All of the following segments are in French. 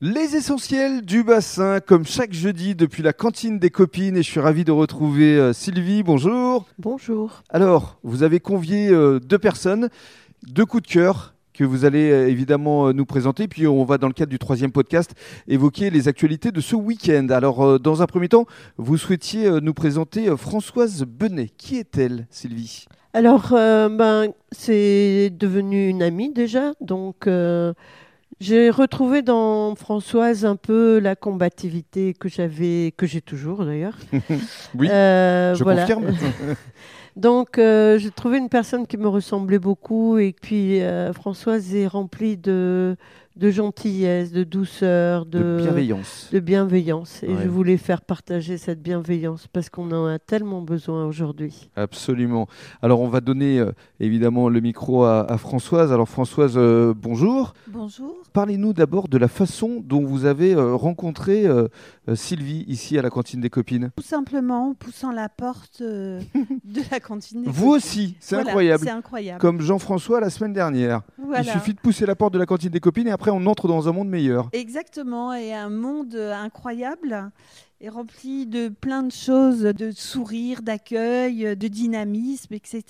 Les essentiels du bassin, comme chaque jeudi depuis la cantine des copines, et je suis ravi de retrouver euh, Sylvie, bonjour. Bonjour. Alors, vous avez convié euh, deux personnes, deux coups de cœur que vous allez euh, évidemment euh, nous présenter, puis on va dans le cadre du troisième podcast évoquer les actualités de ce week-end. Alors, euh, dans un premier temps, vous souhaitiez euh, nous présenter euh, Françoise Benet. Qui est-elle, Sylvie Alors, euh, ben, c'est devenu une amie déjà, donc euh, j'ai retrouvé dans Françoise un peu la combativité que j'avais, que j'ai toujours d'ailleurs. Oui, Euh, Je voilà. confirme. Donc, euh, j'ai trouvé une personne qui me ressemblait beaucoup, et puis euh, Françoise est remplie de, de gentillesse, de douceur, De de, bienveillance. de bienveillance. Et Ouais. je voulais faire partager cette bienveillance parce qu'on en a tellement besoin aujourd'hui. Absolument. Alors on va donner euh, évidemment le micro à, à Françoise. Alors Françoise, euh, bonjour. Bonjour. Parlez-nous d'abord de la façon dont vous avez euh, rencontré euh, euh, Sylvie ici à la cantine des copines. Tout simplement en poussant la porte euh, de la cantine. des Vous copines. aussi, c'est Voilà, incroyable. C'est incroyable. Comme Jean-François la semaine dernière. Il Voilà. suffit de pousser la porte de la cantine des copines et après on entre dans un monde meilleur. Exactement. Et un monde euh, incroyable et rempli de plein de choses, de sourires, d'accueil, euh, de dynamisme, etc.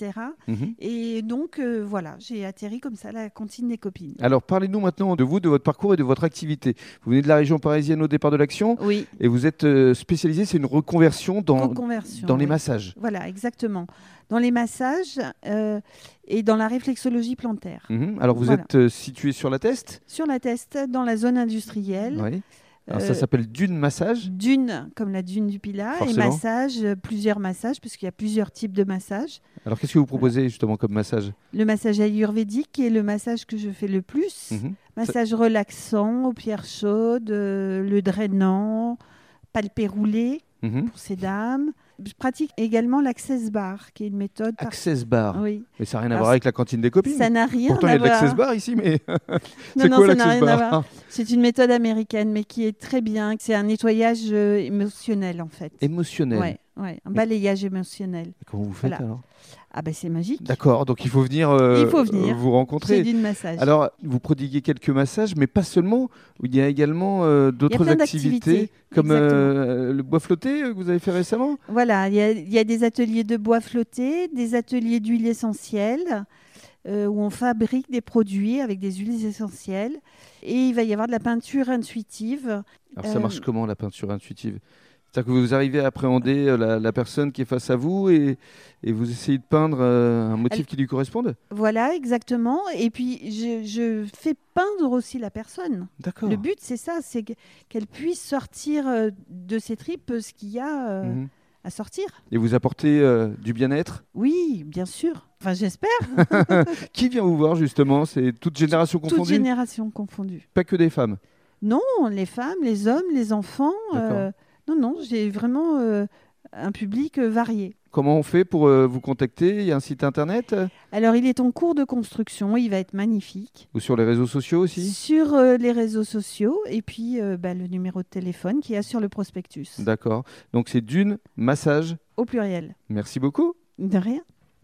Mhm. Et donc, euh, voilà, j'ai atterri comme ça à la cantine des copines. Alors parlez-nous maintenant de vous, de votre parcours et de votre activité. Vous venez de la région parisienne au départ de l'action Oui, et vous êtes euh, spécialisé, c'est une reconversion dans, reconversion. dans les oui. massages. Voilà, exactement. Dans les massages euh, et dans la réflexologie plantaire. Mhm. Alors vous Voilà. êtes euh, situé sur la Teste Sur la teste, dans la zone industrielle. Oui. Alors, euh, ça s'appelle Dune Massage. Dune, comme la dune du Pilat, Forcément. et massage, euh, plusieurs massages, puisqu'il y a plusieurs types de massages. Alors, qu'est-ce que vous proposez justement comme massage Le massage ayurvédique, qui est le massage que je fais le plus. Mhm. Massage relaxant, aux pierres chaudes, euh, le drainant, palpé roulé Mhm. pour ces dames. Je pratique également l'access bar, qui est une méthode. par- Access Bar. Ah Oui. Mais ça n'a rien à Alors, voir avec la cantine des copines. Ça n'a rien Pourtant, il y à a de l'access voir. bar ici, mais Non, c'est non, quoi ça n'a l'access rien à bar voir. C'est une méthode américaine, mais qui est très bien. C'est un nettoyage euh, émotionnel, en fait. Émotionnel. Ouais, ouais, un balayage émotionnel. Et Comment vous faites Voilà. alors Ah ben c'est magique. D'accord, donc il faut venir, euh, Il faut venir. euh, vous C'est rencontrer. d'une massage. Alors, vous prodiguez quelques massages, mais pas seulement. Il y a également euh, d'autres plein activités, d'activités, comme exactement. euh, le bois flotté euh, que vous avez fait récemment. Voilà, il y, a- il y a des ateliers de bois flotté, des ateliers d'huiles essentielles, euh, où on fabrique des produits avec des huiles essentielles. Et il va y avoir de la peinture intuitive. Alors, ça Euh, marche comment la peinture intuitive C'est-à-dire que vous arrivez à appréhender euh, la, la personne qui est face à vous et, et vous essayez de peindre euh, un motif Elle- qui lui corresponde Voilà, exactement. Et puis, je, je fais peindre aussi la personne. D'accord. Le but, c'est ça, c'est que- qu'elle puisse sortir euh, de ses tripes ce qu'il y a euh, Mhm. à sortir. Et vous apportez euh, du bien-être Oui, bien sûr. Enfin, j'espère, Qui vient vous voir justement C'est toute génération toute confondue génération confondue. Pas que des femmes. Non, les femmes, les hommes, les enfants. D'accord. euh, non, non, j'ai vraiment euh, un public euh, varié. Comment on fait pour euh, vous contacter Il y a un site internet euh, Alors, il est en cours de construction, il va être magnifique. Ou sur les réseaux sociaux aussi Sur euh, les réseaux sociaux et puis euh, bah, le numéro de téléphone qu'il y a sur le prospectus, D'accord. Donc c'est Dune Massage. au pluriel. Merci beaucoup. De rien.